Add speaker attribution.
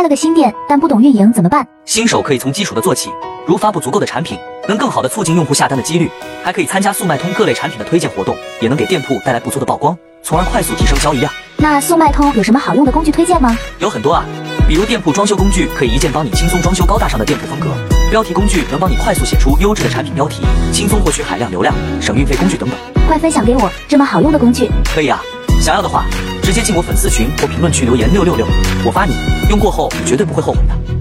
Speaker 1: 开了个新店，但不懂运营怎么办？
Speaker 2: 新手可以从基础的做起，如发布足够的产品，能更好的促进用户下单的几率，还可以参加速卖通各类产品的推荐活动，也能给店铺带来不错的曝光，从而快速提升交易量。
Speaker 1: 那速卖通有什么好用的工具推荐吗？
Speaker 2: 有很多啊，比如店铺装修工具可以一键帮你轻松装修高大上的店铺风格，标题工具能帮你快速写出优质的产品标题，轻松获取海量流量，省运费工具等等。
Speaker 1: 快分享给我这么好用的工具！
Speaker 2: 可以啊，想要的话，直接进我粉丝群或评论区留言六六六，我发你，用过后你绝对不会后悔的。